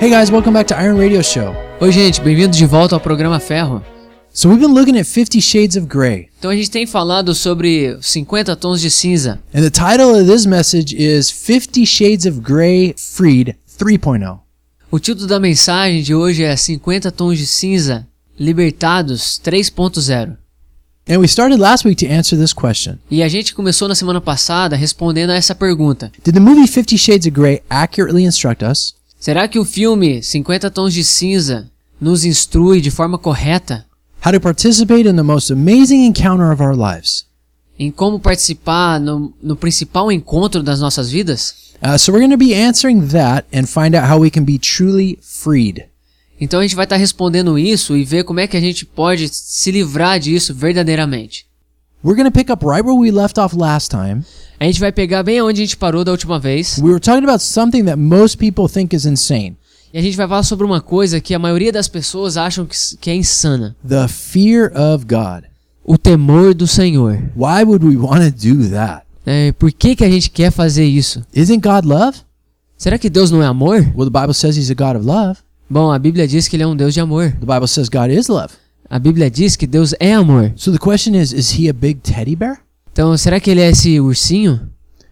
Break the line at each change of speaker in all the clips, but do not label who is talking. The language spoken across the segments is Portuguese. Hey guys, welcome back to Iron Radio Show.
Oi, gente, bem-vindos de volta ao programa Ferro.
So we've been looking at 50 Shades of Grey,
Então a gente tem falado sobre 50 tons de cinza.
and the title of this message is 50 Shades of Grey Freed oh. 3.0.
O título da mensagem de hoje é 50 tons de cinza libertados 3.0.
And we started last week to answer this question.
E a gente começou na semana passada respondendo a essa pergunta:
Did the movie 50 Shades of Grey accurately instruct us?
Será que o filme 50 tons de cinza nos instrui de forma correta
How to participate in the most amazing encounter of our lives?
em como participar no, no principal encontro das nossas vidas?
Uh, so we're going to be answering that and find out how we can be truly freed.
Então a gente vai estar respondendo isso e ver como é que a gente pode se livrar disso verdadeiramente.
We're going to pick up right where we left off last time.
A gente vai pegar bem onde a gente parou da última vez.
We were talking about something that most people think is insane
E a gente vai falar sobre uma coisa que a maioria das pessoas acham que, s- que é insana:
the fear of God.
o temor do Senhor.
Why would we want to do that?
É, por que, que a gente quer fazer isso?
Isn't God love?
Será que Deus não é amor?
Well, the Bible says He's a God of love.
Bom, a Bíblia diz que ele é um Deus de amor.
The Bible says God is love.
A Bíblia diz que Deus é amor.
So the question is is He a big teddy bear?
Então, será que ele é esse ursinho?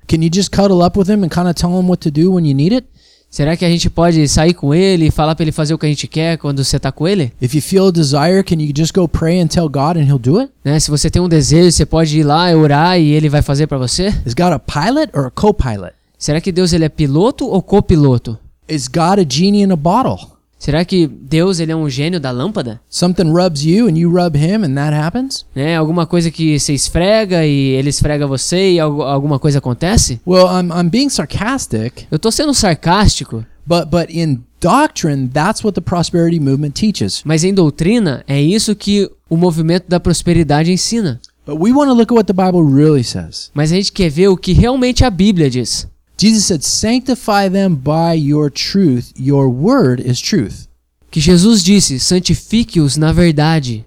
Can you just cuddle up with Him and kind of tell Him what to do when you need it?
Será que a gente pode sair com ele e falar pra ele fazer o que a gente quer quando você tá com ele?
If you feel a desire, can you just go pray and tell God and He'll do it?
Né? Se você tem um desejo, você pode ir lá e orar e ele vai fazer pra você?
Is God a pilot or a co pilot?
Será que Deus ele é piloto ou copiloto?
Is God a genie in a bottle?
Será que Deus ele é um gênio da lâmpada?
Something rubs you and you rub Him and that happens?
Né? Alguma coisa que você esfrega e ele esfrega você e algu- alguma coisa acontece?
Well, I'm, I'm being sarcastic,
Eu tô sendo sarcástico,
but, but in doctrine, that's what the prosperity movement teaches.
mas em doutrina é isso que o movimento da prosperidade ensina.
But we want to look at what the Bible really says.
Mas a gente quer ver o que realmente a Bíblia diz.
Jesus said, Sanctify them by your truth. Your word is truth.
Que Jesus disse: santifique-os na verdade.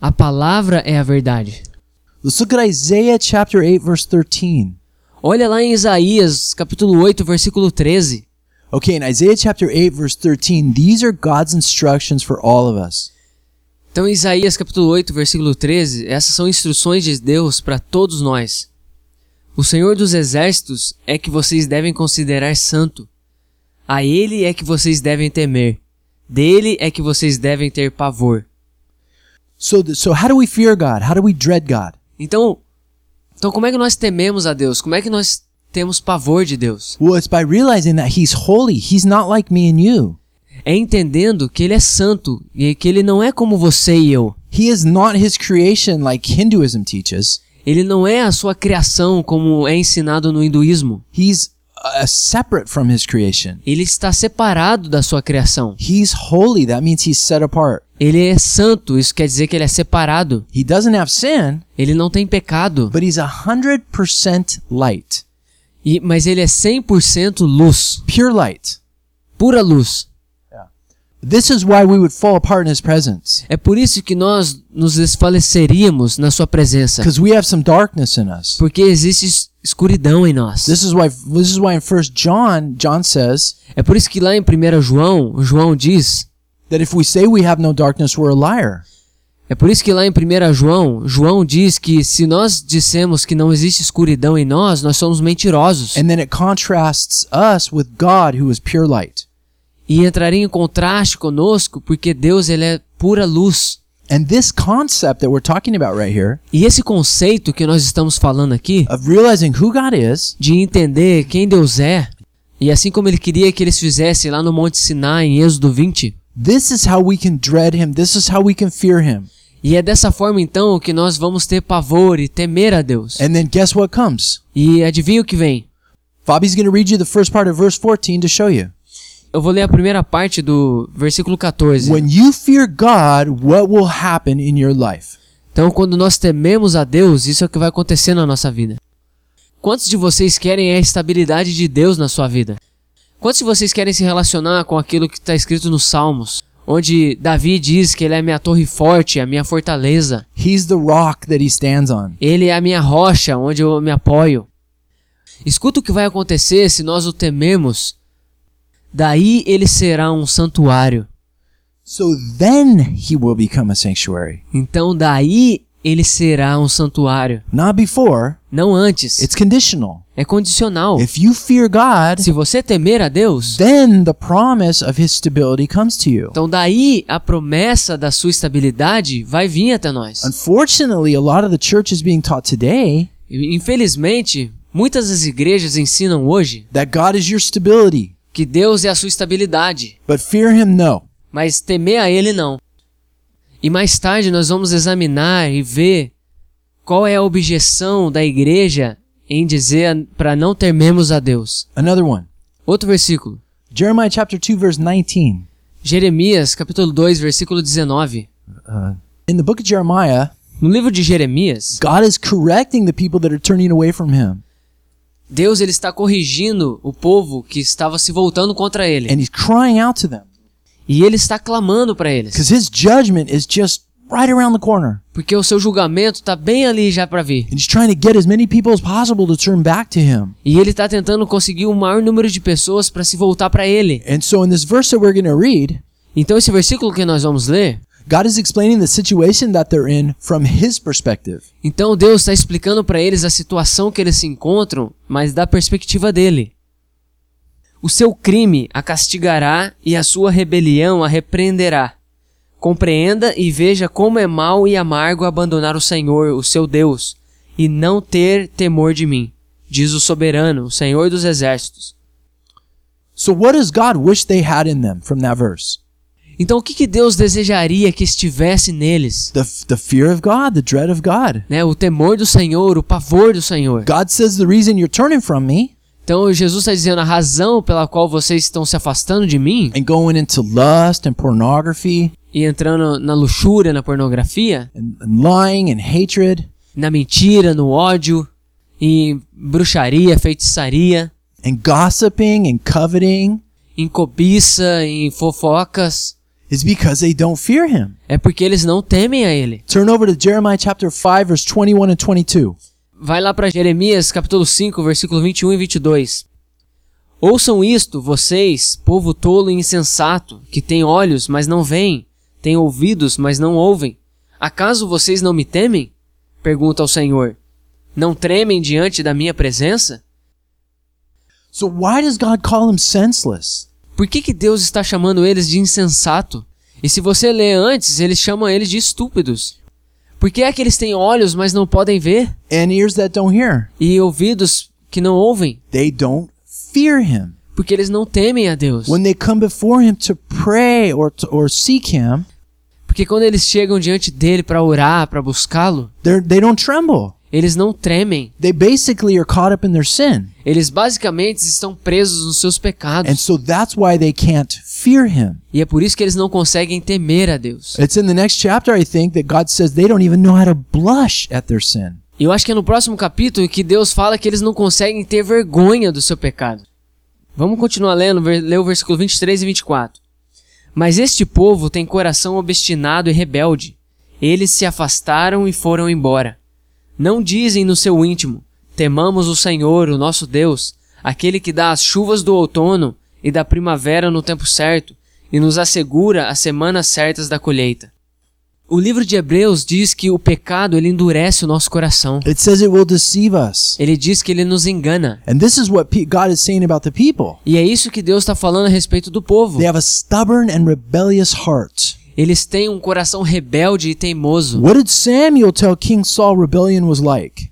A palavra é a verdade.
Let's look at Isaiah chapter 8, verse 13.
Olha lá em Isaías, capítulo 8, versículo 13.
Okay, in Isaiah chapter 8, verse 13, these are God's instructions for all of us.
Então, em Isaías capítulo 8, versículo 13, essas são instruções de Deus para todos nós. O Senhor dos Exércitos é que vocês devem considerar santo. A ele é que vocês devem temer. Dele é que vocês devem ter pavor.
So, th- so how do we fear God? How do we dread God?
Então, então como é que nós tememos a Deus? Como é que nós temos pavor de Deus?
Well, it's by realizing that He's holy. He's not like me and you.
É entendendo que ele é santo e que ele não é como você e eu.
He is not His creation like Hinduism teaches.
Ele não é a sua criação como é ensinado no hinduísmo.
He's uh, separate from His creation.
Ele está separado da sua criação.
He's holy. That means He's set apart.
Ele é santo, isso quer dizer que ele é separado.
He doesn't have sin,
Ele não tem pecado,
but he's 100% light,
e- mas ele é 100% luz,
pure light.
pura luz.
This is why we would fall apart in his presence,
É por isso que nós nos desfaleceríamos na sua presença,
because we have some darkness in us.
porque existe es- escuridão em nós.
This is why this is why in 1 John, John says
É por isso que lá em 1 João, João diz,
that if we say we have no darkness, we're a liar.
é por isso que lá em 1 João, João diz que se nós dissemos que não existe escuridão em nós, nós somos mentirosos.
And then it contrasts us with God who is pure light.
E entraria em contraste conosco, porque Deus ele é pura luz.
And this concept that we're talking about right here
E esse conceito que nós estamos falando aqui,
of realizing who God is
de entender quem Deus é, e assim como ele queria que eles fizessem lá no Monte Sinai, em Êxodo 20,
this is how we can dread him. This is how we can fear him.
e é dessa forma então que nós vamos ter pavor e temer a Deus.
And then guess what comes?
E adivinha o que vem?
Fabi's going to read you the first part of verse 14 to show you.
Eu vou ler a primeira parte do versículo 14.
When you fear God, what will happen in your life?
Então, quando nós tememos a Deus, isso é o que vai acontecer na nossa vida. Quantos de vocês querem a estabilidade de Deus na sua vida? Quantos de vocês querem se relacionar com aquilo que está escrito nos Salmos, onde Davi diz que ele é a minha torre forte, a minha fortaleza?
He's the rock that he stands on.
Ele é a minha rocha onde eu me apoio. Escuta o que vai acontecer se nós o tememos. Daí ele será um santuário.
So then he will become a sanctuary.
Então daí ele será um santuário.
Not before,
Não antes.
it's conditional.
É condicional.
If you fear God,
Se você temer a Deus,
then the promise of his stability comes to you.
então daí a promessa da sua estabilidade vai vir até nós.
Unfortunately, a lot of the church is being taught today
E, Infelizmente, muitas das igrejas ensinam hoje
that God is your stability,
que Deus é a sua estabilidade,
but fear him, no.
mas temer a Ele não. E mais tarde nós vamos examinar e ver qual é a objeção da igreja em dizer para não tememos a Deus.
Another one.
Outro versículo.
Jeremiah chapter 2 verse 19.
Jeremias, capítulo 2, versículo 19.
Uh, In the book of Jeremiah,
No livro de Jeremias,
God is correcting the people that are turning away from him,
Deus ele está corrigindo o povo que estava se voltando contra ele.
and he's crying out to them
E ele está clamando para eles.
because his judgment is just right around the corner.
Porque o seu julgamento está bem ali já para vir.
And he's trying to get as many people as possible to turn back to him.
E ele está tentando conseguir o maior número de pessoas para se voltar para ele.
And so in this verse that we're going to read,
Então esse versículo que nós vamos ler,
God is explaining the situation that they're in from his perspective.
então Deus está explicando para eles a situação que eles se encontram, mas da perspectiva dele. O seu crime a castigará e a sua rebelião a repreenderá. Compreenda e veja como é mau e amargo abandonar o Senhor, o seu Deus, e não ter temor de mim, diz o soberano, o Senhor dos exércitos.
So what does God wish they had in them from that verse?
Então o que, que Deus desejaria que estivesse neles?
The, the fear of God, the dread of God.
né, o temor do Senhor, o pavor do Senhor.
God says the reason you're turning from me
Então Jesus está dizendo a razão pela qual vocês estão se afastando de mim
and going into lust and pornography
e entrando na luxúria, na pornografia,
and, and lying and hatred
na mentira, no ódio, em bruxaria, feitiçaria,
and gossiping and coveting
em cobiça, em fofocas,
is because they don't fear him.
é porque eles não temem a Ele.
Turn over to Jeremiah chapter 5 verse 21 and 22.
Vai lá para Jeremias, capítulo 5, versículo 21 e 22. Ouçam isto, vocês, povo tolo e insensato, que tem olhos, mas não veem, tem ouvidos, mas não ouvem. Acaso vocês não me temem? Pergunta ao Senhor. Não tremem diante da minha presença?
So why does God call him senseless?
Por que, que Deus está chamando eles de insensato? E se você ler antes, ele chama eles de estúpidos. Por que é que eles têm olhos, mas não podem ver?
And ears that don't hear.
E ouvidos que não ouvem?
They don't fear him.
Porque eles não temem a Deus.
When they come before him to pray or to, or seek him,
Porque quando eles chegam diante dele para orar, para buscá-lo,
they're, they don't tremble.
eles não tremem.
They basically are caught up in their sin.
Eles basicamente estão presos nos seus
And
pecados.
so that's why they can't fear him.
E é por isso que eles não conseguem temer a Deus.
It's in the next chapter, I think, that God says they don't even know how to blush at their sin.
E eu acho que é no próximo capítulo que Deus fala que eles não conseguem ter vergonha do seu pecado. Vamos continuar lendo, ver- ler o versículo 23 e 24. Mas este povo tem coração obstinado e rebelde. Eles se afastaram e foram embora. Não dizem no seu íntimo: Temamos o Senhor, o nosso Deus, aquele que dá as chuvas do outono e da primavera no tempo certo, e nos assegura as semanas certas da colheita. O livro de Hebreus diz que o pecado ele endurece o nosso coração.
It says it will deceive us.
Ele diz que ele nos engana.
And this is what pe- God is saying about the people.
E é isso que Deus está falando a respeito do povo.
They have a stubborn and rebellious heart.
Eles têm um coração rebelde e teimoso.
What did Samuel tell King Saul rebellion was like?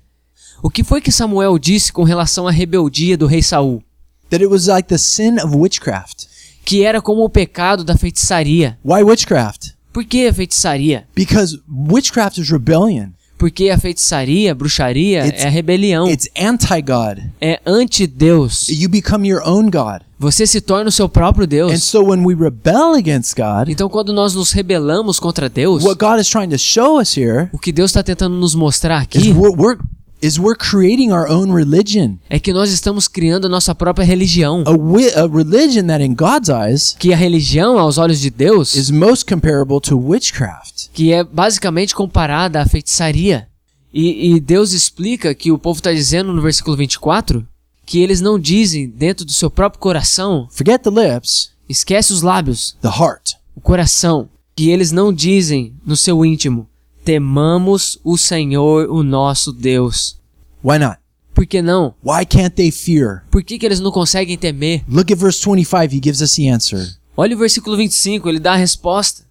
O que foi que Samuel disse com relação à rebeldia do rei Saul?
That it was like the sin of witchcraft.
Que era como o pecado da feitiçaria.
Why witchcraft?
Por que a feitiçaria?
Because witchcraft is rebellion.
Porque a feitiçaria, a bruxaria,
It's-
é a rebelião,
It's anti God.
é anti-Deus.
You become your own God.
Você se torna o seu próprio
And
Deus.
so when we rebel against God,
Então, quando nós nos rebelamos contra Deus,
what God is trying to show us here
o que Deus está tentando nos mostrar
is
aqui
we're, we're is we're creating our own religion,
é que nós estamos criando a nossa própria religião.
a, wi- a religion that in God's eyes
que a religião, aos olhos de Deus,
is most comparable to witchcraft.
que é basicamente comparada tá à feitiçaria. E, e Deus explica que o povo está dizendo no versículo 24 que eles não dizem dentro do seu próprio coração,
Forget the lips,
esquece os lábios,
the heart.
o coração, que eles não dizem no seu íntimo, temamos o Senhor, o nosso Deus.
Why not?
Por que não?
Why can't they fear?
Por que, que eles não conseguem temer?
Look at verse 25. He gives us the answer.
Olha o versículo 25, ele dá a resposta.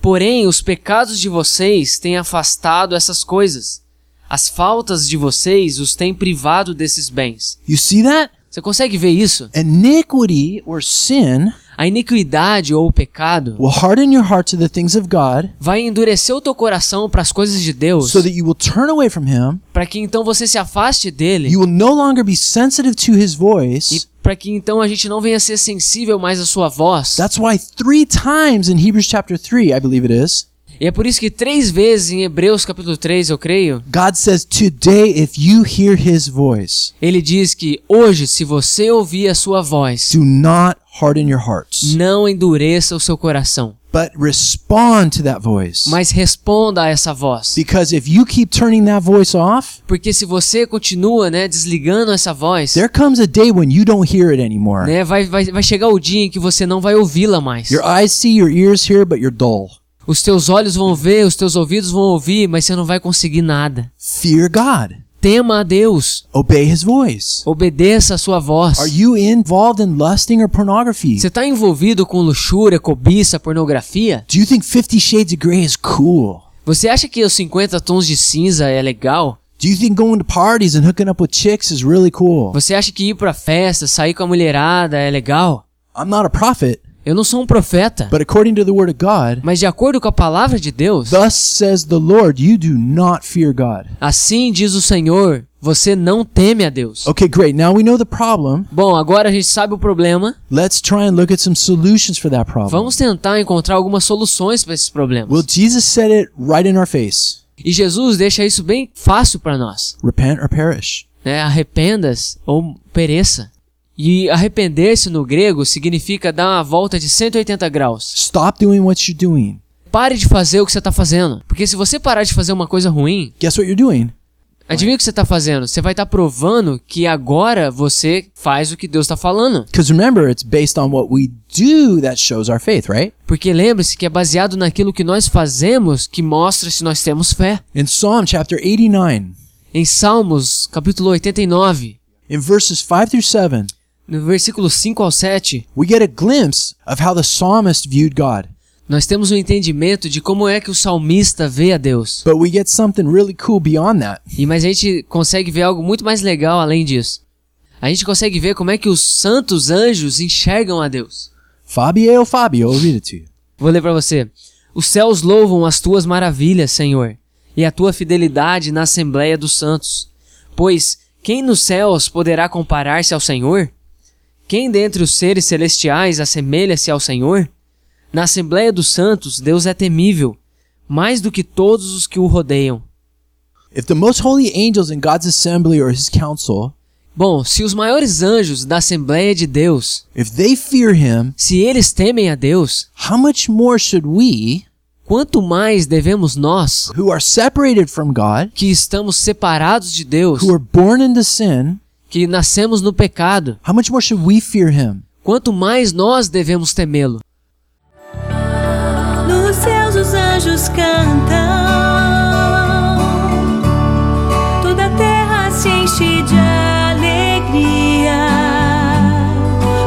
Porém, os pecados de vocês têm afastado essas coisas. As faltas de vocês os têm privado desses bens.
You see that?
Você consegue ver isso?
Iniquity or sin
A iniquidade ou o pecado
will harden your heart to the things of God
vai endurecer o teu coração para as coisas de Deus,
so that you will turn away from Him.
para que então você se afaste dele
You will no longer be sensitive to His
e
voice.
para que então a gente não venha a ser sensível mais à sua voz.
That's why three times in Hebrews chapter 3, I believe it is,
E é por isso que três vezes em Hebreus capítulo 3, eu creio,
God says, Today, if you hear His voice,
ele diz que hoje, se você ouvir a sua voz,
do not harden your hearts,
não endureça o seu coração,
but respond to that voice.
mas responda a essa voz.
Because if you keep turning that voice off,
Porque se você continua, né, desligando essa voz,
there comes a day when you don't hear it anymore.
né, vai, vai, vai chegar o dia em que você não vai ouvi-la mais.
Your eyes see, your ears hear, but you're dull.
Os teus olhos vão ver, os teus ouvidos vão ouvir, mas você não vai conseguir nada.
Fear God.
Tema a Deus,
Obey His voice.
obedeça a sua voz.
Are you involved in lusting or pornography?
Você está envolvido com luxúria, cobiça, pornografia?
Do you think Fifty Shades of Grey is cool?
Você acha que os 50 tons de cinza é legal?
Do you think going to parties and hooking up with chicks is really cool?
Você acha que ir pra festa, sair com a mulherada é legal?
I'm not a prophet,
Eu não sou um profeta,
but according to the Word of God,
mas de acordo com a palavra de Deus,
thus says the Lord, you do not fear God.
assim diz o Senhor, você não teme a Deus.
Okay, great. Now we know the problem.
Bom, agora a gente sabe o problema.
Let's try and look at some solutions for that problem.
Vamos tentar encontrar algumas soluções para esses problemas.
Well, Jesus said it right in our face
E Jesus deixa isso bem fácil para nós.
repent or perish.
Né? Arrependas ou pereça. E arrepender-se no grego significa dar uma volta de 180 graus.
Stop doing what you're doing.
Pare de fazer o que você está fazendo. Porque se você parar de fazer uma coisa ruim,
Guess what you're doing?
adivinha o que você está fazendo? Você vai estar provando que agora você faz o que Deus está falando.
Because remember, it's based on what we do that shows our faith, right?
Porque lembre-se que é baseado naquilo que nós fazemos que mostra se nós temos fé.
In Psalm chapter 89,
Em Salmos, capítulo 89,
in verses 5 through 7,
no versículo 5 ao 7,
we get a glimpse of how the psalmist viewed God.
Nós temos um entendimento de como é que o salmista vê a Deus.
But we get something really cool beyond that.
E mas a gente consegue ver algo muito mais legal além disso. A gente consegue ver como é que os santos anjos enxergam a Deus.
Fabio, Fabio, I'll read it to you.
Vou ler para você. Os céus louvam as tuas maravilhas, Senhor, e a tua fidelidade na assembléia dos santos. Pois quem nos céus poderá comparar-se ao Senhor? Quem dentre os seres celestiais assemelha-se ao Senhor? Na assembléia dos santos, Deus é temível, mais do que todos os que o rodeiam.
If the most holy angels in God's assembly or his council,
Bom, se os maiores anjos da Assembleia de Deus,
if they fear him,
se eles temem a Deus,
how much more should we,
quanto mais devemos nós,
who are separated from God,
que estamos separados de Deus,
who are born into sin,
que nascemos no pecado,
how much more should we fear him?
quanto mais nós devemos temê-lo.
Nos céus os anjos cantam, toda a terra se enche de alegria,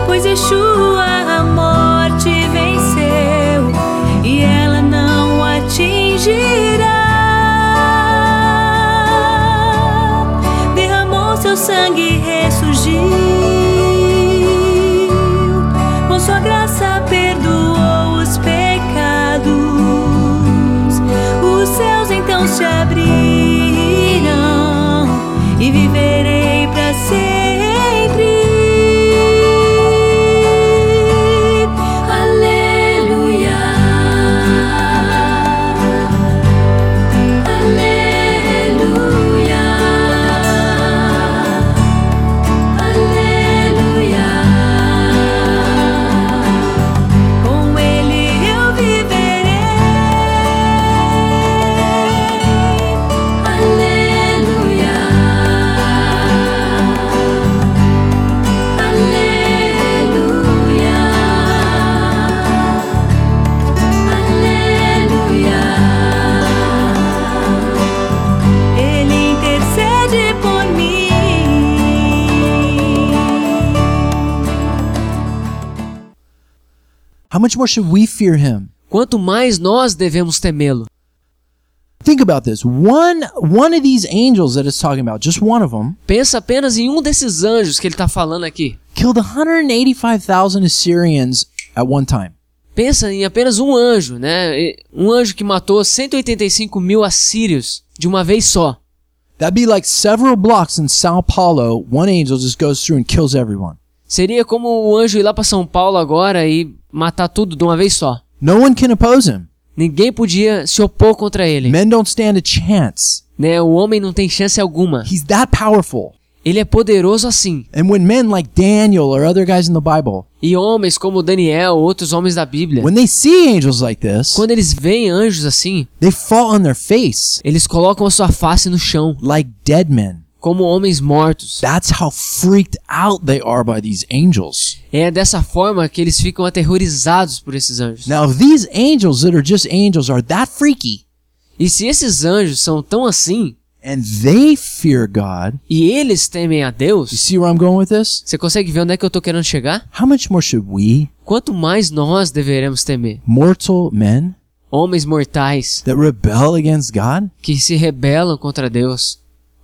pois Yeshua a morte venceu e ela não atingirá. Derramou seu sangue e ressurgiu. Com sua graça perdoou os pecados. Os céus então se abrirão e viverei para sempre. Aleluia. Aleluia. Aleluia. Com ele eu viverei.
How much more should we fear him?
Quanto mais nós devemos temê-lo.
Think about this. One one of these angels that it's talking about, just one of them,
Pensa apenas em um desses anjos que ele está falando aqui.
killed 185,000 Assyrians at one time.
Pensa em apenas um anjo, né? E- Um anjo que matou 185 mil assírios de uma vez só.
That'd be like several blocks in Sao Paulo. One angel just goes through and kills everyone.
Seria como o anjo ir lá para São Paulo agora e matar tudo de uma vez só.
No one can oppose him.
Ninguém podia se opor contra ele.
Men don't stand a chance.
Né? O homem não tem chance alguma.
He's that powerful.
Ele é poderoso assim.
And when men like Daniel or other guys in the Bible,
E homens como Daniel, outros homens da Bíblia,
when they see angels like this,
quando eles veem anjos assim,
they fall on their face
eles colocam a sua face no chão,
like dead men.
como homens mortos.
That's how freaked out they are by these angels.
É dessa forma que eles ficam aterrorizados por esses anjos.
Now, if these angels that are just angels are that freaky
E se esses anjos são tão assim,
and they fear God,
e eles temem a
you
Deus,
see where I'm going with this?
você consegue ver onde é que eu tô querendo chegar?
How much more should we,
Quanto mais nós deveremos temer?
mortal men,
Homens mortais
that rebel against God?
que se rebelam contra Deus.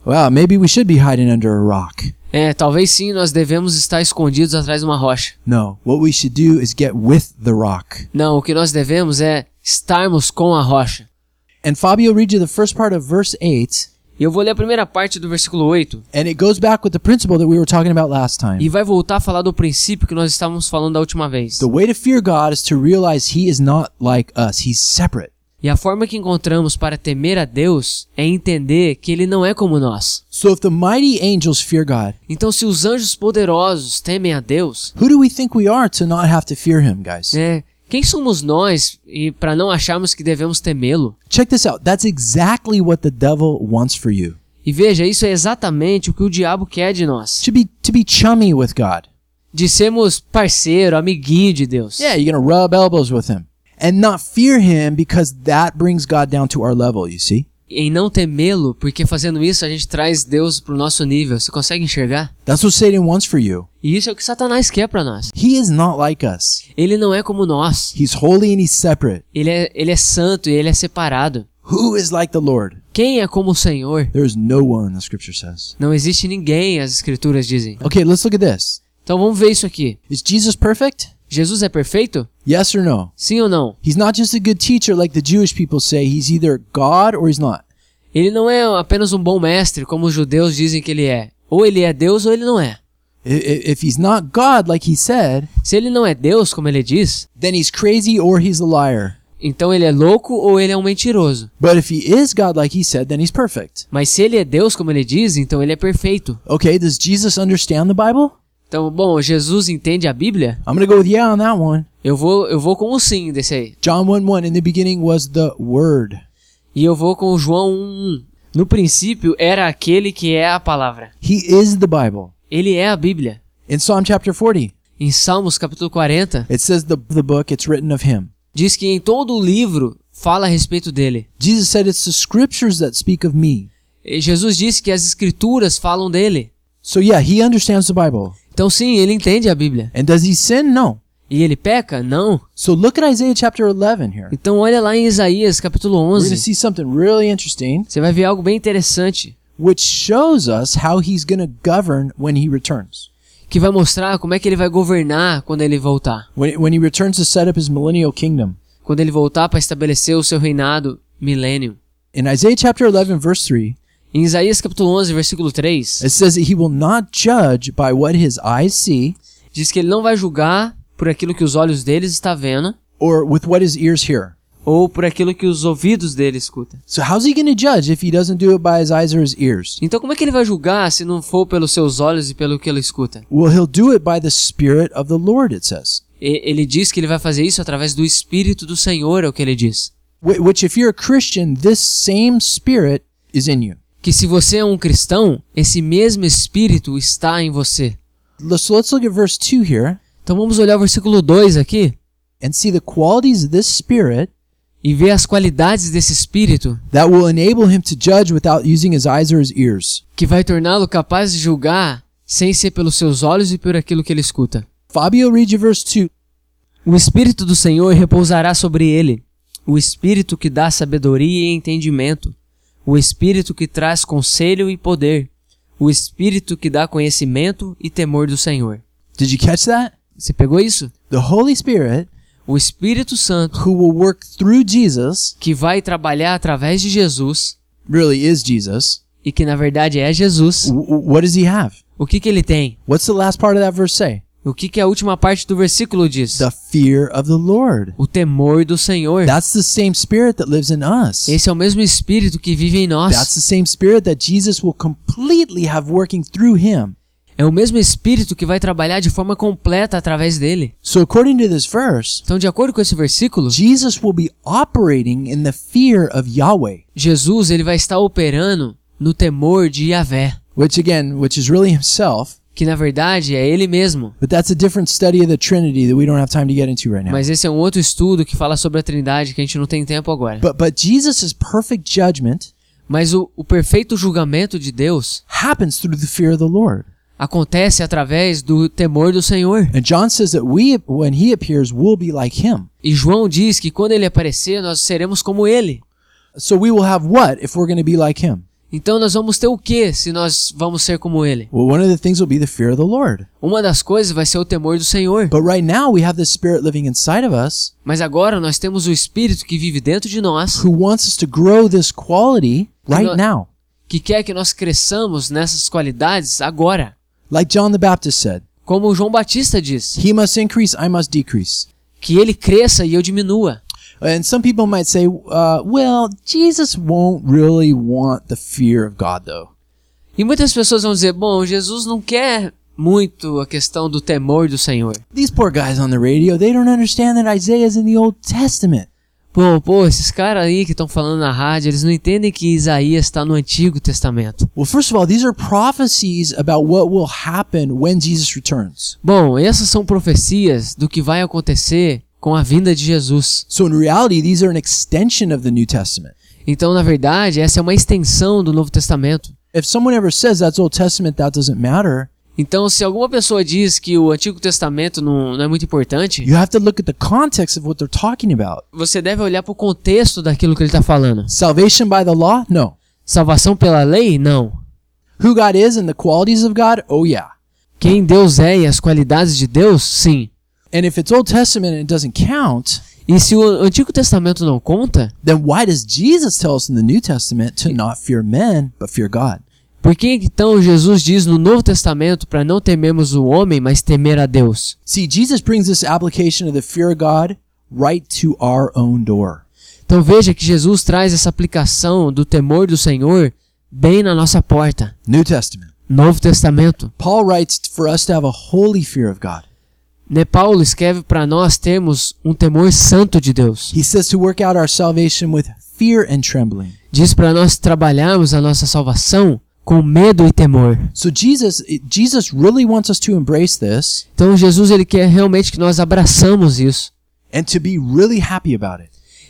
Well, maybe we should be hiding under a rock.
É, talvez sim, nós devemos estar escondidos atrás de uma rocha.
No, what we should do is get with the rock.
Não, o que nós devemos é estarmos com a rocha.
And Fabio read you the first part of verse 8,
E eu vou ler a primeira parte do versículo 8
and it goes back with the principle that we were talking about last time.
e vai voltar a falar do princípio que nós estávamos falando da última vez.
The way to fear God is to realize He is not like us, He's separate.
E a forma que encontramos para temer a Deus é entender que ele não é como nós.
So if the mighty angels fear God,
Então, se os anjos poderosos temem a Deus,
who do we think we are to not have to fear Him, guys?
né, quem somos nós e para não acharmos que devemos temê-lo?
Check this out. That's exactly what the devil wants for you.
E veja, isso é exatamente o que o diabo quer de nós.
To be to be chummy with God.
De sermos parceiro, amiguinho de Deus.
Yeah, you're gonna rub elbows with Him and not fear Him because that brings God down to our level. You see,
Em não temê-lo, porque fazendo isso a gente traz Deus pro nosso nível. Você consegue enxergar?
that's what Satan wants for you.
E isso é o que Satanás quer pra nós.
He is not like us.
Ele não é como nós.
He's holy and He's separate.
Ele é, ele é santo e ele é separado.
Who is like the Lord?
Quem é como o Senhor?
There is no one. The Scripture says.
Não existe ninguém, as escrituras dizem.
Okay, let's look at this.
Então vamos ver isso aqui.
Is Jesus perfect?
Jesus é perfeito?
Yes or no?
Sim ou não?
He's not just a good teacher like the Jewish people say. He's either God or he's not.
Ele não é apenas um bom mestre, como os judeus dizem que ele é. Ou ele é Deus ou ele não é.
I- i- If he's not God, like he said,
Se ele não é Deus, como ele diz,
then he's crazy or he's a liar.
então ele é louco ou ele é um mentiroso.
But if he is God, like he said, then he's perfect.
Mas se ele é Deus, como ele diz, então ele é perfeito.
Okay, does Jesus understand the Bible?
Então, bom, Jesus entende a Bíblia?
I'm going to go with yeah on that one.
Eu vou, eu vou com o sim desse aí.
John 1 1, in the beginning was the Word.
E eu vou com o João 1:1. No princípio era aquele que é a palavra.
He is the Bible.
Ele é a Bíblia.
In Psalm chapter 40,
Em Salmos capítulo 40,
it says the, the book, it's written of him.
diz que em todo o livro fala a respeito dele.
Jesus said, It's the scriptures that speak of me.
E Jesus disse que as escrituras falam dele.
So yeah, he understands the Bible.
Então sim, ele entende a Bíblia.
And does he sin? No.
E ele peca? Não.
So look at Isaiah chapter 11 here.
Então olha lá em Isaías capítulo
We're going to
11.
see something really interesting,
Você vai ver algo bem interessante
which shows us how he's going to govern when he returns.
que vai mostrar como é que ele vai governar quando ele voltar.
When, when he returns to set up his millennial kingdom.
Quando ele voltar para estabelecer o seu reinado milênio.
In Isaiah chapter 11, verse 3,
Em Isaías capítulo 11, versículo 3,
it says that he will not judge by what his eyes see
diz que ele não vai julgar por aquilo que os olhos deles está vendo
or with what his ears hear.
ou por aquilo que os ouvidos dele escuta.
So, how's he going to judge if he doesn't do it by his eyes or his ears?
Então como é que ele vai julgar se não for pelos seus olhos e pelo que ele escuta?
Well, he'll do it by the Spirit of the Lord, it says.
E- ele diz que ele vai fazer isso através do espírito do Senhor, é o que ele diz.
Wh- Which, if you're a Christian, this same Spirit is in you.
Que se você é um cristão, esse mesmo espírito está em você.
L- So, let's look at verse 2 here.
Então vamos olhar o versículo 2 aqui
and see the qualities of this spirit
e ver as qualidades desse espírito
that will enable him to judge without using his eyes or his ears.
que vai torná-lo capaz de julgar sem ser pelos seus olhos e por aquilo que ele escuta.
Fabio read you verse 2.
O Espírito do Senhor repousará sobre ele, o Espírito que dá sabedoria e entendimento, o Espírito que traz conselho e poder, o Espírito que dá conhecimento e temor do Senhor.
Did you catch that?
Você pegou isso?
The Holy Spirit,
O Espírito Santo,
who will work through Jesus,
que vai trabalhar através de Jesus,
really is Jesus.
e que na verdade é Jesus,
W- w- what does he have?
o que, que ele tem?
What's the last part of that verse say?
O que, que a última parte do versículo diz?
The fear of the Lord.
O temor do Senhor.
That's the same spirit that lives in us.
Esse é o mesmo Espírito que vive em
That's
nós.
the same spirit that Jesus will completely have working through him.
É o mesmo Espírito que vai trabalhar de forma completa através dele.
So according to this verse,
Então, de acordo com esse versículo,
Jesus will be operating in the fear of Yahweh,
Jesus ele vai estar operando no temor de Yahvé,
which again, which is really himself,
que na verdade é ele mesmo.
but that's a different study of the Trinity that we don't have time to get into right now.
Mas esse é um outro estudo que fala sobre a Trindade que a gente não tem tempo agora.
But but Jesus' perfect judgment
Mas o, o perfeito julgamento de Deus
happens through the fear of the Lord.
acontece através do temor do Senhor.
And John says that we when he appears will be like him.
E João diz que quando ele aparecer, nós seremos como ele.
So we will have what if we're going to be like him?
Então nós vamos ter o que se nós vamos ser como ele?
Well, one of the things will be the fear of the Lord.
Uma das coisas vai ser o temor do Senhor.
But right now we have this spirit living inside of us
Mas agora nós temos o Espírito que vive dentro de nós,
who wants us to grow this quality right
Not-
now.
que quer que nós cresçamos nessas qualidades agora.
Like John the Baptist said,
Como o João Batista diz,
he must increase, I must decrease.
que ele cresça e eu diminua.
And some people might say, uh, well, Jesus won't really want the fear of God, though.
E muitas pessoas vão dizer: bom, Jesus não quer muito a questão do temor do Senhor.
These poor guys on the radio, they don't understand that Isaiah's in the Old Testament.
Pô, pô, esses caras aí que estão falando na rádio, eles não entendem que Isaías está no Antigo Testamento.
Well, first of all, these are prophecies about what will happen when Jesus returns.
Bom, essas são profecias do que vai acontecer com a vinda de Jesus.
So in reality, these are an extension of the New Testament.
Então, na verdade, essa é uma extensão do Novo Testamento.
If someone ever says that's Old Testament, that doesn't matter,
Então, se alguma pessoa diz que o Antigo Testamento não, não é muito importante,
you have to look at the context of what they're talking about.
você deve olhar para o contexto daquilo que ele está falando.
Salvation by the law? No.
Salvação pela lei? Não.
Who God is and the qualities of God? Oh, yeah.
Quem Deus é e as qualidades de Deus? Sim.
And if it's Old Testament and it doesn't count,
E se o Antigo Testamento não conta,
then why does Jesus tell us in the New Testament to not fear men, but fear God?
por que então Jesus diz no Novo Testamento para não temermos o homem, mas temer a Deus?
See, Jesus brings this application of the fear of God right to our own door.
Então veja que Jesus traz essa aplicação do temor do Senhor bem na nossa porta.
New Testament.
Novo Testamento.
Paul writes for us to have a holy fear of God.
Né, Paulo escreve para nós termos um temor santo de Deus.
He says to work out our salvation with fear and trembling.
Diz para nós trabalharmos a nossa salvação com medo e temor.
So Jesus Jesus really wants us to embrace this
Então Jesus ele quer realmente que nós abraçamos isso
and to be really happy about it.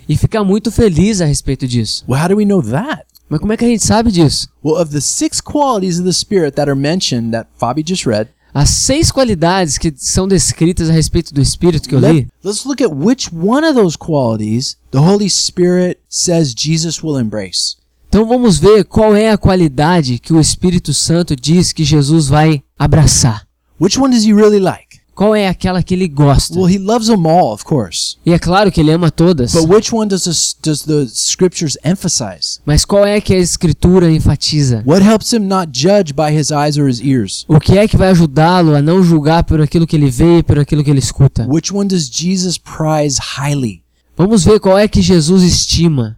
e ficar muito feliz a respeito disso.
Well, how do we know that?
Mas como é que a gente sabe disso?
Well, of the six qualities of the Spirit that are mentioned that Fabi just read,
As seis qualidades que são descritas a respeito do Espírito que eu
let,
li,
us look at which one of those qualities the Holy Spirit says Jesus will embrace.
então vamos ver qual é a qualidade que o Espírito Santo diz que Jesus vai abraçar.
Which one does he really like?
Qual é aquela que ele gosta?
Well, he loves them all, of course.
E é claro que ele ama todas.
But which one does the, does the scriptures emphasize?
Mas qual é que a escritura enfatiza?
What helps him not judge by his eyes or his ears?
O que é que vai ajudá-lo a não julgar por aquilo que ele vê e por aquilo que ele escuta?
Which one does Jesus prize highly?
Vamos ver qual é que Jesus estima.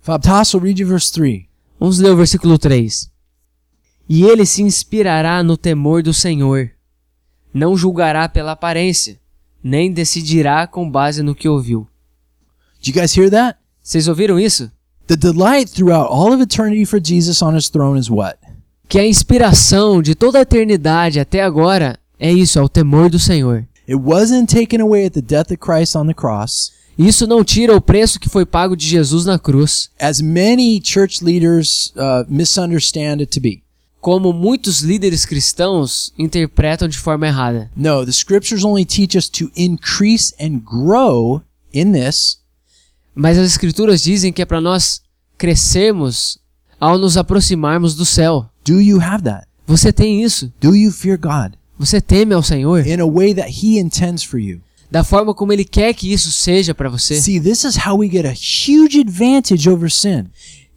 Fab Tassel, read you verse 3.
Vamos ler o versículo 3. E ele se inspirará no temor do Senhor. Não julgará pela aparência, nem decidirá com base no que ouviu.
Do you guys hear that?
Vocês ouviram isso?
The delight throughout all of eternity for Jesus on his throne is what?
Que a inspiração de toda a eternidade até agora é isso, é o temor do Senhor.
It wasn't taken away at the death of Christ on the cross.
Isso não tira o preço que foi pago de Jesus na cruz.
as many church leaders uh, misunderstand it to be.
como muitos líderes cristãos interpretam de forma errada.
No, the scriptures only teach us to increase and grow in this
Mas as escrituras dizem que é para nós crescermos ao nos aproximarmos do céu.
Do you have that?
Você tem isso?
Do you fear God
Você teme ao Senhor?
in a way that He intends for you?
Da forma como Ele quer que isso seja para você?
See, this is how we get a huge advantage over sin.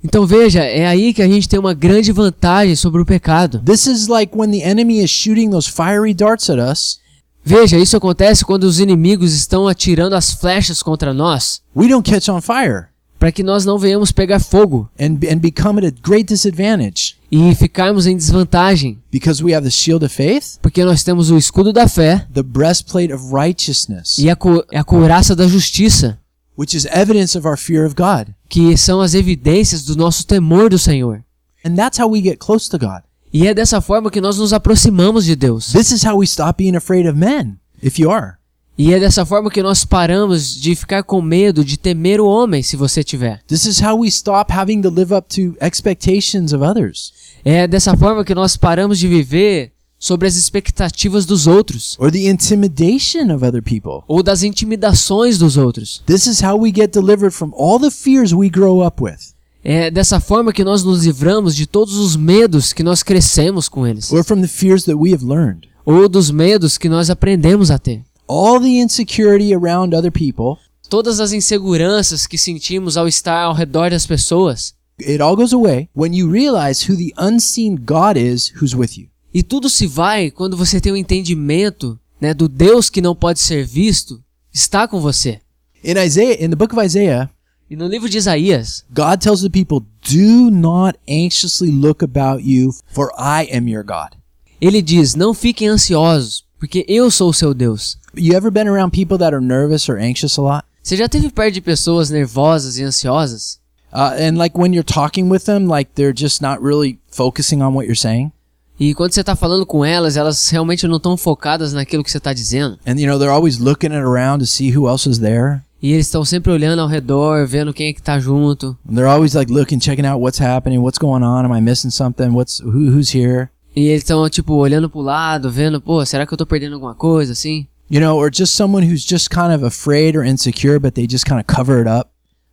Então veja, é aí que a gente tem uma grande vantagem sobre o pecado.
This is like when the enemy is shooting those fiery darts at us.
Veja, isso acontece quando os inimigos estão atirando as flechas contra nós,
We don't catch on fire
para que nós não venhamos pegar fogo
and, and become at a great disadvantage
e ficarmos em desvantagem,
because we have the shield of faith,
porque nós temos o escudo da fé
the breastplate of righteousness,
e a, co a couraça da justiça,
which is evidence of our fear of God.
que são as evidências do nosso temor do Senhor.
And that's how we get close to God.
E é dessa forma que nós nos aproximamos de Deus.
This is how we stop being afraid of men, if you are.
E é dessa forma que nós paramos de ficar com medo de temer o homem, se você tiver.
This is how we stop having to live up to expectations of others
É dessa forma que nós paramos de viver sobre as expectativas dos outros
or the intimidation of other people.
ou das intimidações dos outros.
This is how we get delivered from all the fears we grow up with
É dessa forma que nós nos livramos de todos os medos que nós crescemos com eles
or from the fears that we have learned.
ou dos medos que nós aprendemos a ter.
All the insecurity around other people,
Todas as inseguranças que sentimos ao estar ao redor das pessoas
it all goes away when you realize who the unseen God is who's with you.
E tudo se vai quando você tem o entendimento né, do Deus que não pode ser visto está com você.
In Isaiah, in the book of Isaiah,
E no livro de Isaías,
God tells the people, "Do not anxiously look about you, for I am your God."
ele diz: Não fiquem ansiosos, porque eu sou o seu Deus.
You ever been around people that are nervous or anxious a lot?
Você já teve perto de pessoas nervosas e ansiosas?
Uh, and like when you're talking with them, like they're just not really focusing on what you're saying,
E quando você está falando com elas, elas realmente não estão focadas naquilo que você está dizendo.
and you know they're always looking it around to see who else is there.
E eles estão sempre olhando ao redor, vendo quem é que tá junto.
And they're always like looking, checking out what's happening, what's going on. Am I missing something? What's who, who's here?
E eles estão, tipo, olhando pro lado, vendo, pô, será que eu tô perdendo alguma coisa, assim?
You know, or just someone who's just kind of afraid or insecure, but they just kind of cover it up.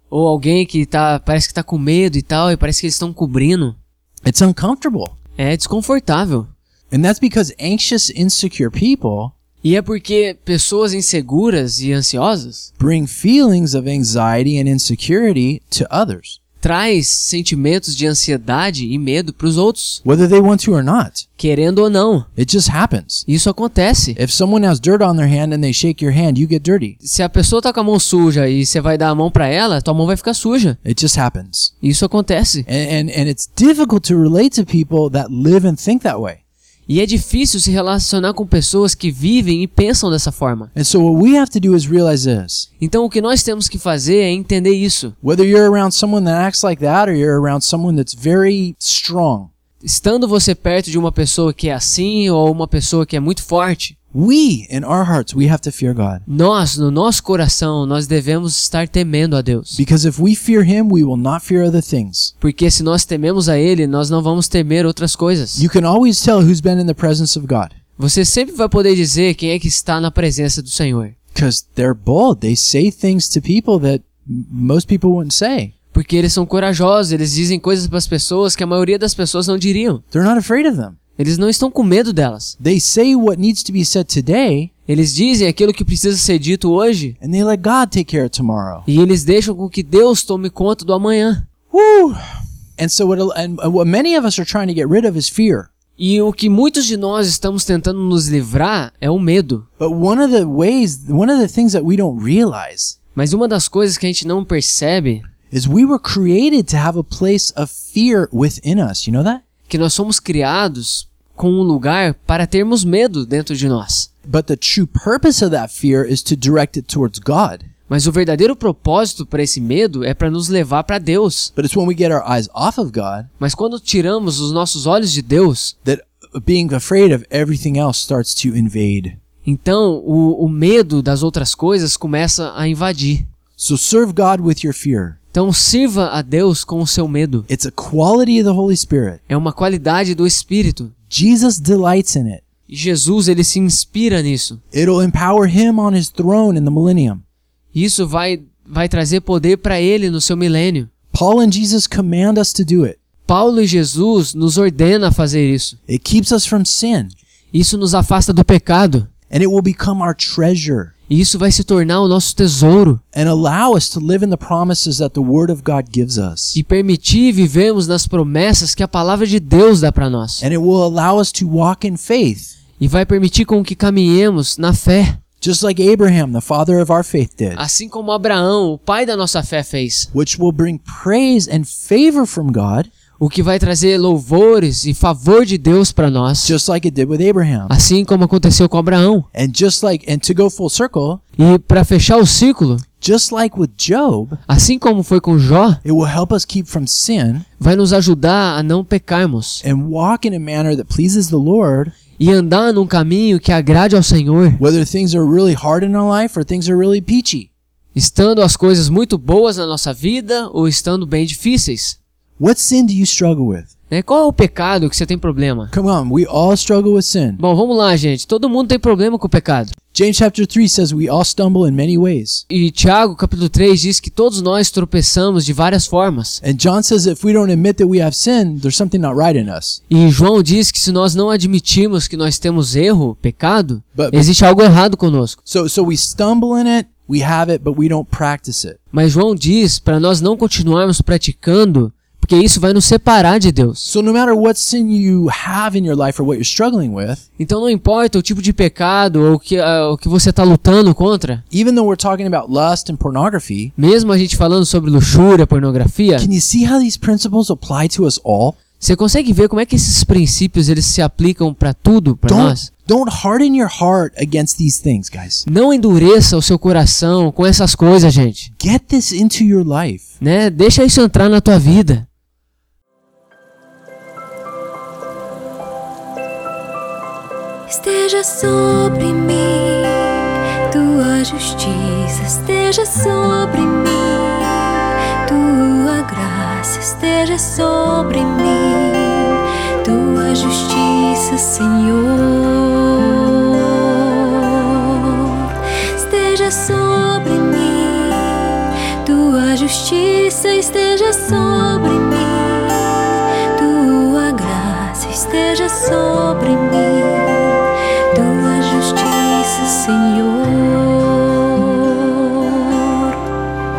Ou alguém que tá, parece que tá com medo e tal, e parece que eles estão cobrindo.
It's uncomfortable,
É desconfortável.
and that's because anxious, insecure people
E é porque pessoas inseguras e ansiosas
bring feelings of anxiety and insecurity to others,
traz sentimentos de ansiedade e medo para os outros,
whether they want to or not.
querendo ou não.
It just happens.
Isso acontece.
If someone has dirt on their hand and they shake your hand, you get dirty.
Se a pessoa tá com a mão suja e você vai dar a mão para ela, tua mão vai ficar suja.
It just happens.
Isso acontece.
And, and and it's difficult to relate to people that live and think that way.
E é difícil se relacionar com pessoas que vivem e pensam dessa forma.
And so what we have to do is realize this.
Então o que nós temos que fazer é entender isso.
Whether you're around someone that acts like that or you're around someone that's very strong,
Estando você perto de uma pessoa que é assim ou uma pessoa que é muito forte,
we in our hearts we have to fear God.
nós, no nosso coração, nós devemos estar temendo a Deus.
Because if we fear him, we will not fear other things.
Porque se nós tememos a Ele, nós não vamos temer outras coisas.
You can always tell who's been in the presence of God
Você sempre vai poder dizer quem é que está na presença do Senhor.
cuz they're bold. They say things to people that m- most people wouldn't say.
Porque eles são corajosos, eles dizem coisas para as pessoas que a maioria das pessoas não diriam.
They're not afraid of them.
Eles não estão com medo delas.
They say what needs to be said today
Eles dizem aquilo que precisa ser dito hoje
and they let God take care of tomorrow.
e eles deixam com que Deus tome conta do amanhã.
Woo! And so what and what many of us are trying to get rid of is fear.
E o que muitos de nós estamos tentando nos livrar é o medo.
But one of the ways, one of the things that we don't realize
Mas uma das coisas que a gente não percebe é
is we were created to have a place of fear within us. You know that?
é que nós somos criados com um lugar para termos medo dentro de nós.
But the true purpose of that fear is to direct it towards God.
Mas o verdadeiro propósito para esse medo é para nos levar para Deus.
But it's when we get our eyes off of God
Mas quando tiramos os nossos olhos de Deus,
that being afraid of everything else starts to invade.
então o, o medo das outras coisas começa a invadir.
So serve God with your fear.
Então sirva a Deus com o seu medo.
It's a quality of the Holy Spirit.
É uma qualidade do espírito.
Jesus delights in it.
E Jesus ele se inspira nisso.
It'll empower him on his throne in the millennium.
Isso vai vai trazer poder para ele no seu milênio.
Paul and Jesus command us to do it.
Paulo e Jesus nos ordena a fazer isso.
It keeps us from sin,
Isso nos afasta do pecado.
and it will become our treasure
E isso vai se tornar o nosso tesouro
and allow us to live in the promises that the Word of God gives us.
e permitir vivermos nas promessas que a palavra de Deus dá para nós.
And it will allow us to walk in faith,
E vai permitir com que caminhemos na fé,
just like Abraham, the father of our faith, did,
assim como Abraão, o pai da nossa fé, fez.
which will bring praise and favor from God,
O que vai trazer louvores e favor de Deus para nós,
just like it did with Abraham.
assim como aconteceu com Abraão.
And just like, and to go full circle,
E para fechar o ciclo,
just like with Job,
assim como foi com Jó,
it will help us keep from sin
vai nos ajudar a não pecarmos
and walk in a manner that pleases the Lord,
e andar num caminho que agrade ao Senhor,
whether things are really hard in our life or things are really peachy.
estando as coisas muito boas na nossa vida ou estando bem difíceis.
What sin do you struggle with?
né? Qual é o pecado que você tem problema?
Come on, we all struggle with sin.
Bom, vamos lá, gente. Todo mundo tem problema com o pecado.
James chapter 3 says we all stumble in many ways.
E Tiago, capítulo 3, diz que todos nós tropeçamos de várias formas.
And John says if we don't admit that we have sin, there's something not right in us.
E João diz que se nós não admitirmos que nós temos erro, pecado,
But-
existe algo errado conosco.
So so we stumble in it, we have it, but we don't practice it.
Mas João diz para nós não continuarmos praticando, porque isso vai nos separar de Deus.
So no matter what sin you have in your life or what you're struggling with,
Então não importa o tipo de pecado ou o que, ah, o que você está lutando contra,
even though we're talking about lust and pornography,
mesmo a gente falando sobre luxúria, pornografia,
can you see how these principles apply to us all?
você consegue ver como é que esses princípios eles se aplicam para tudo, para nós?
Don't don't harden your heart against these things, guys.
Não endureça o seu coração com essas coisas, gente.
Get this into your life.
Né? Deixa isso entrar na tua vida.
Esteja sobre mim, tua justiça, esteja sobre mim, tua graça, esteja sobre mim, tua justiça, Senhor. Esteja sobre mim, tua justiça, esteja sobre mim, tua graça, esteja sobre mim tua justiça, Senhor.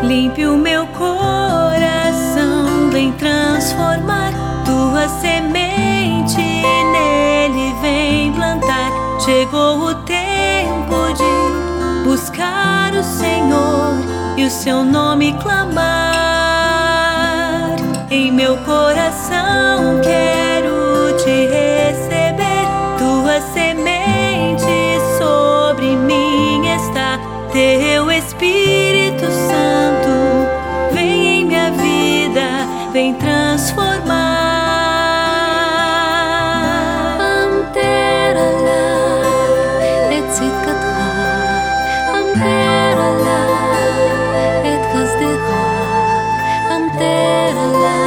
Limpe o meu coração, vem transformar tua semente nele, vem plantar. Chegou o tempo de buscar o Senhor e o seu nome clamar. Em meu coração quero te receber, tua semente sobre mim está. Teu Espírito Santo vem em minha vida, vem transformar. Amterala, et sitkatcha. Amterala, et chesdecha. Amterala,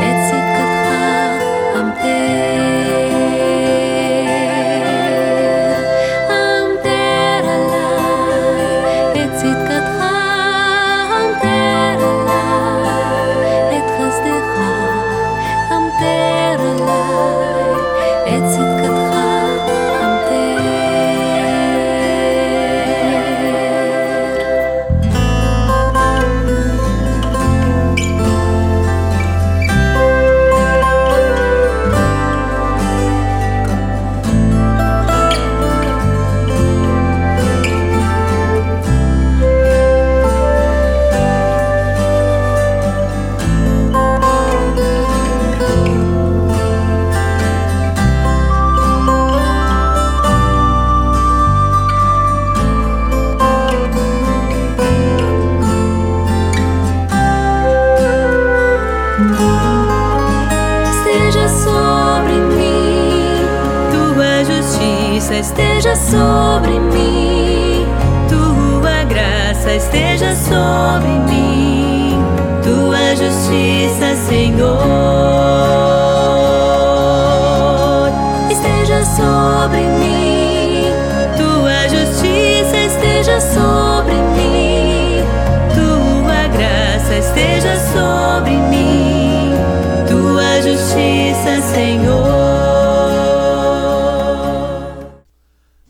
et sitkatcha. Amter. Amter alai, et tzidkatcha. Amter alai, et chesdecha. Amter alai, et tzidkatcha. Amter. esteja sobre mim, tua justiça esteja sobre mim, tua graça esteja sobre mim, justiça, Senhor. Esteja sobre mim, tua justiça esteja sobre mim, tua graça esteja sobre mim, tua justiça, Senhor.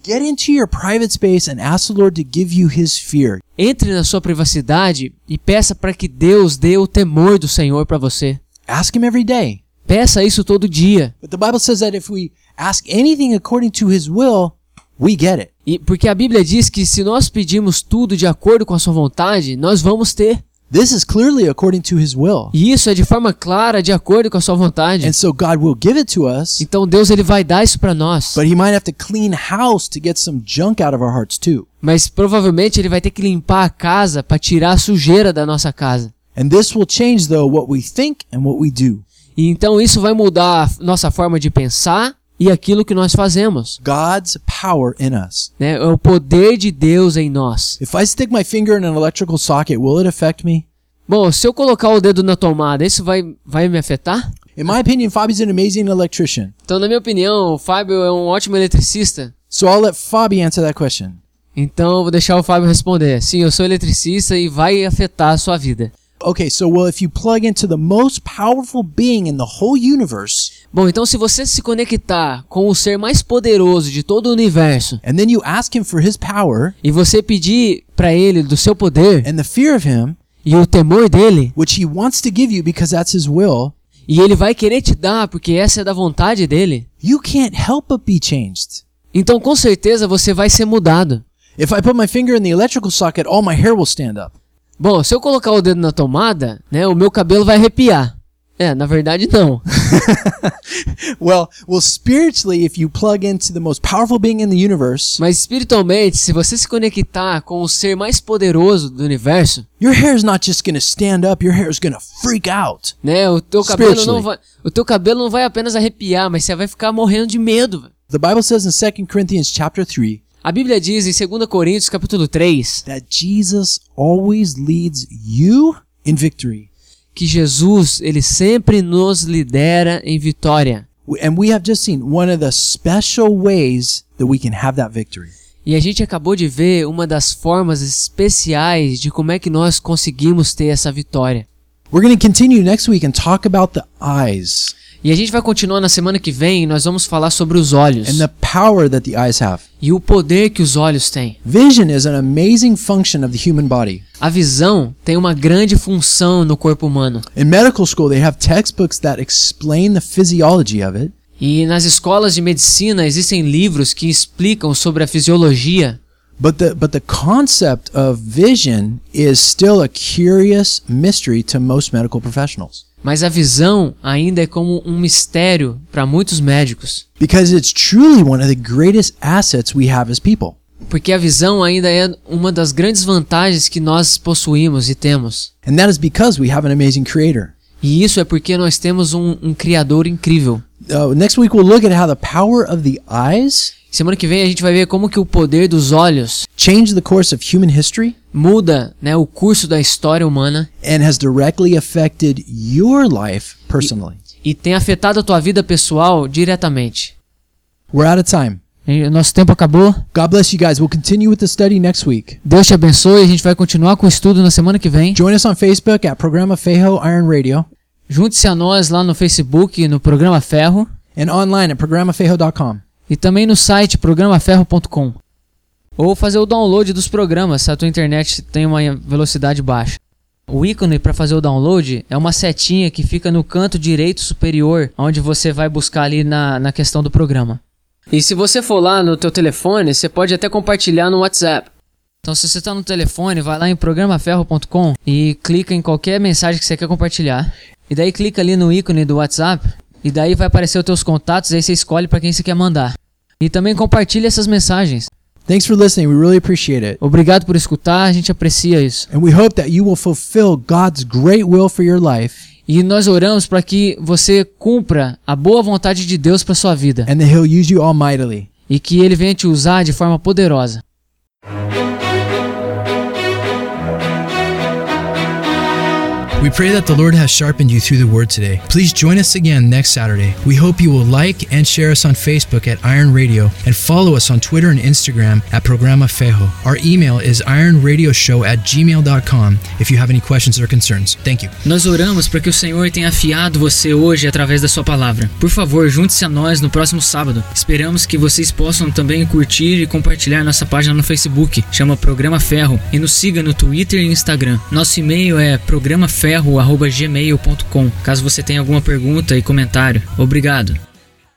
Get into your private space and ask the Lord to give you his fear.
Entre na sua privacidade e peça para que Deus dê o temor do Senhor para você.
Ask him every day.
Peça isso todo dia.
But the Bible says that if we ask anything according to his will, we get it.
E porque a Bíblia diz que se nós pedimos tudo de acordo com a sua vontade, nós vamos ter.
This is clearly according to his will.
E isso é de forma clara, de acordo com a sua vontade.
And so God will give it to us,
Então Deus ele vai dar isso para nós.
but he might have to clean house to get some junk out of our hearts too.
Mas provavelmente ele vai ter que limpar a casa para tirar a sujeira da nossa casa.
And this will change though what we think and what we do.
E então isso vai mudar a f- nossa forma de pensar e aquilo que nós fazemos.
God's power in us.
né? É o poder de Deus em nós.
If I stick my finger in an electrical socket, will it affect me?
Bom, se eu colocar o dedo na tomada, isso vai, vai me afetar?
In my opinion, Fabi's an amazing electrician.
Então, na minha opinião, o Fábio é um ótimo eletricista.
So I'll let Fabi answer that question.
Então, eu vou deixar o Fábio responder. Sim, eu sou eletricista e vai afetar a sua vida.
Okay, so well, if you plug into the most powerful being in the whole universe,
Bom, então se você se conectar com o ser mais poderoso de todo o universo
and then you ask him for his power
e você pedir pra ele do seu poder
and the fear of him,
e o temor dele,
which he wants to give you because that's his will,
e ele vai querer te dar porque essa é da vontade dele,
you can't help but be changed.
então com certeza você vai ser mudado.
If I put my finger in the electrical socket, all my hair will stand up.
Bom, se eu colocar o dedo na tomada, né, o meu cabelo vai arrepiar. É, na verdade não.
Well, well, spiritually, if you plug into the most powerful being in the universe,
Mas espiritualmente, se você se conectar com o ser mais poderoso do universo,
your hair is not just going to stand up, your hair is going to freak out.
né, o teu cabelo não
Spiritually.
vai, o teu cabelo não vai apenas arrepiar, mas você vai ficar morrendo de medo. velho.
The Bible says in 2 Corinthians chapter 3
A Bíblia diz em 2 Coríntios capítulo 3
that Jesus always leads you in victory.
que Jesus, ele sempre nos lidera em vitória.
And we have just seen one of the special ways that we can have that victory.
E a gente acabou de ver uma das formas especiais de como é que nós conseguimos ter essa vitória.
We're going to continue next week and talk about the eyes
E a gente vai continuar na semana que vem, nós vamos falar sobre os olhos
and the power that the eyes have.
e o poder que os olhos têm.
Vision is an amazing function of the human body.
A visão tem uma grande função no corpo humano.
In medical school, they have textbooks that explain the physiology of it.
E nas escolas de medicina existem livros que explicam sobre a fisiologia,
But the but the concept of vision is still a curious mystery to most medical professionals
mas a visão ainda é como um mistério para muitos médicos,
because it's truly one of the greatest assets we have as people.
porque a visão ainda é uma das grandes vantagens que nós possuímos e temos.
And that is because we have an amazing creator.
E isso é porque nós temos um, um criador incrível.
Uh, next week we'll look at how the power of the eyes
Semana que vem a gente vai ver como que o poder dos olhos
changed the course of human history
muda, né, o curso da história humana
and has directly affected your life personally.
e tem afetado a tua vida pessoal diretamente.
We're out of time.
E Nosso tempo acabou.
God bless you guys. We'll continue with the study next week.
Deus te abençoe. A gente vai continuar com o estudo na semana que vem.
Join us on Facebook at Programa Fejo Iron Radio
Junte-se a nós lá no Facebook, no Programa Ferro,
and online at programafejo.com.
e também no site programaferro.com. Ou fazer o download dos programas, se a tua internet tem uma velocidade baixa. O ícone para fazer o download é uma setinha que fica no canto direito superior, onde você vai buscar ali na, na questão do programa. E se você for lá no teu telefone, você pode até compartilhar no WhatsApp. Então, se você está no telefone, vai lá em programaferro.com e clica em qualquer mensagem que você quer compartilhar. E daí clica ali no ícone do WhatsApp e daí vai aparecer os teus contatos, aí você escolhe para quem você quer mandar. E também compartilha essas mensagens.
Thanks for listening. We really appreciate it.
Obrigado por escutar, a gente aprecia isso.
And we hope that you will fulfill God's great will for your life
E nós oramos para que você cumpra a boa vontade de Deus para sua vida
and that He'll use you almightily.
e que ele venha te usar de forma poderosa.
We pray that the Lord has sharpened you through the word today. Please join us again next Saturday. We hope you will like and share us on Facebook at Iron Radio and follow us on Twitter and Instagram at Programa Fejo. Our email is ironradioshow at gmail.com if you have any questions or concerns. Thank you.
Nós oramos para que o Senhor tenha afiado você hoje através da sua palavra. Por favor, junte-se a nós no próximo sábado. Esperamos que vocês possam também curtir e compartilhar nossa página no Facebook, chama Programa Ferro, e nos siga no Twitter e Instagram. Nosso e-mail é programaferro@gmail.com. Caso você tenha alguma pergunta e comentário. Obrigado.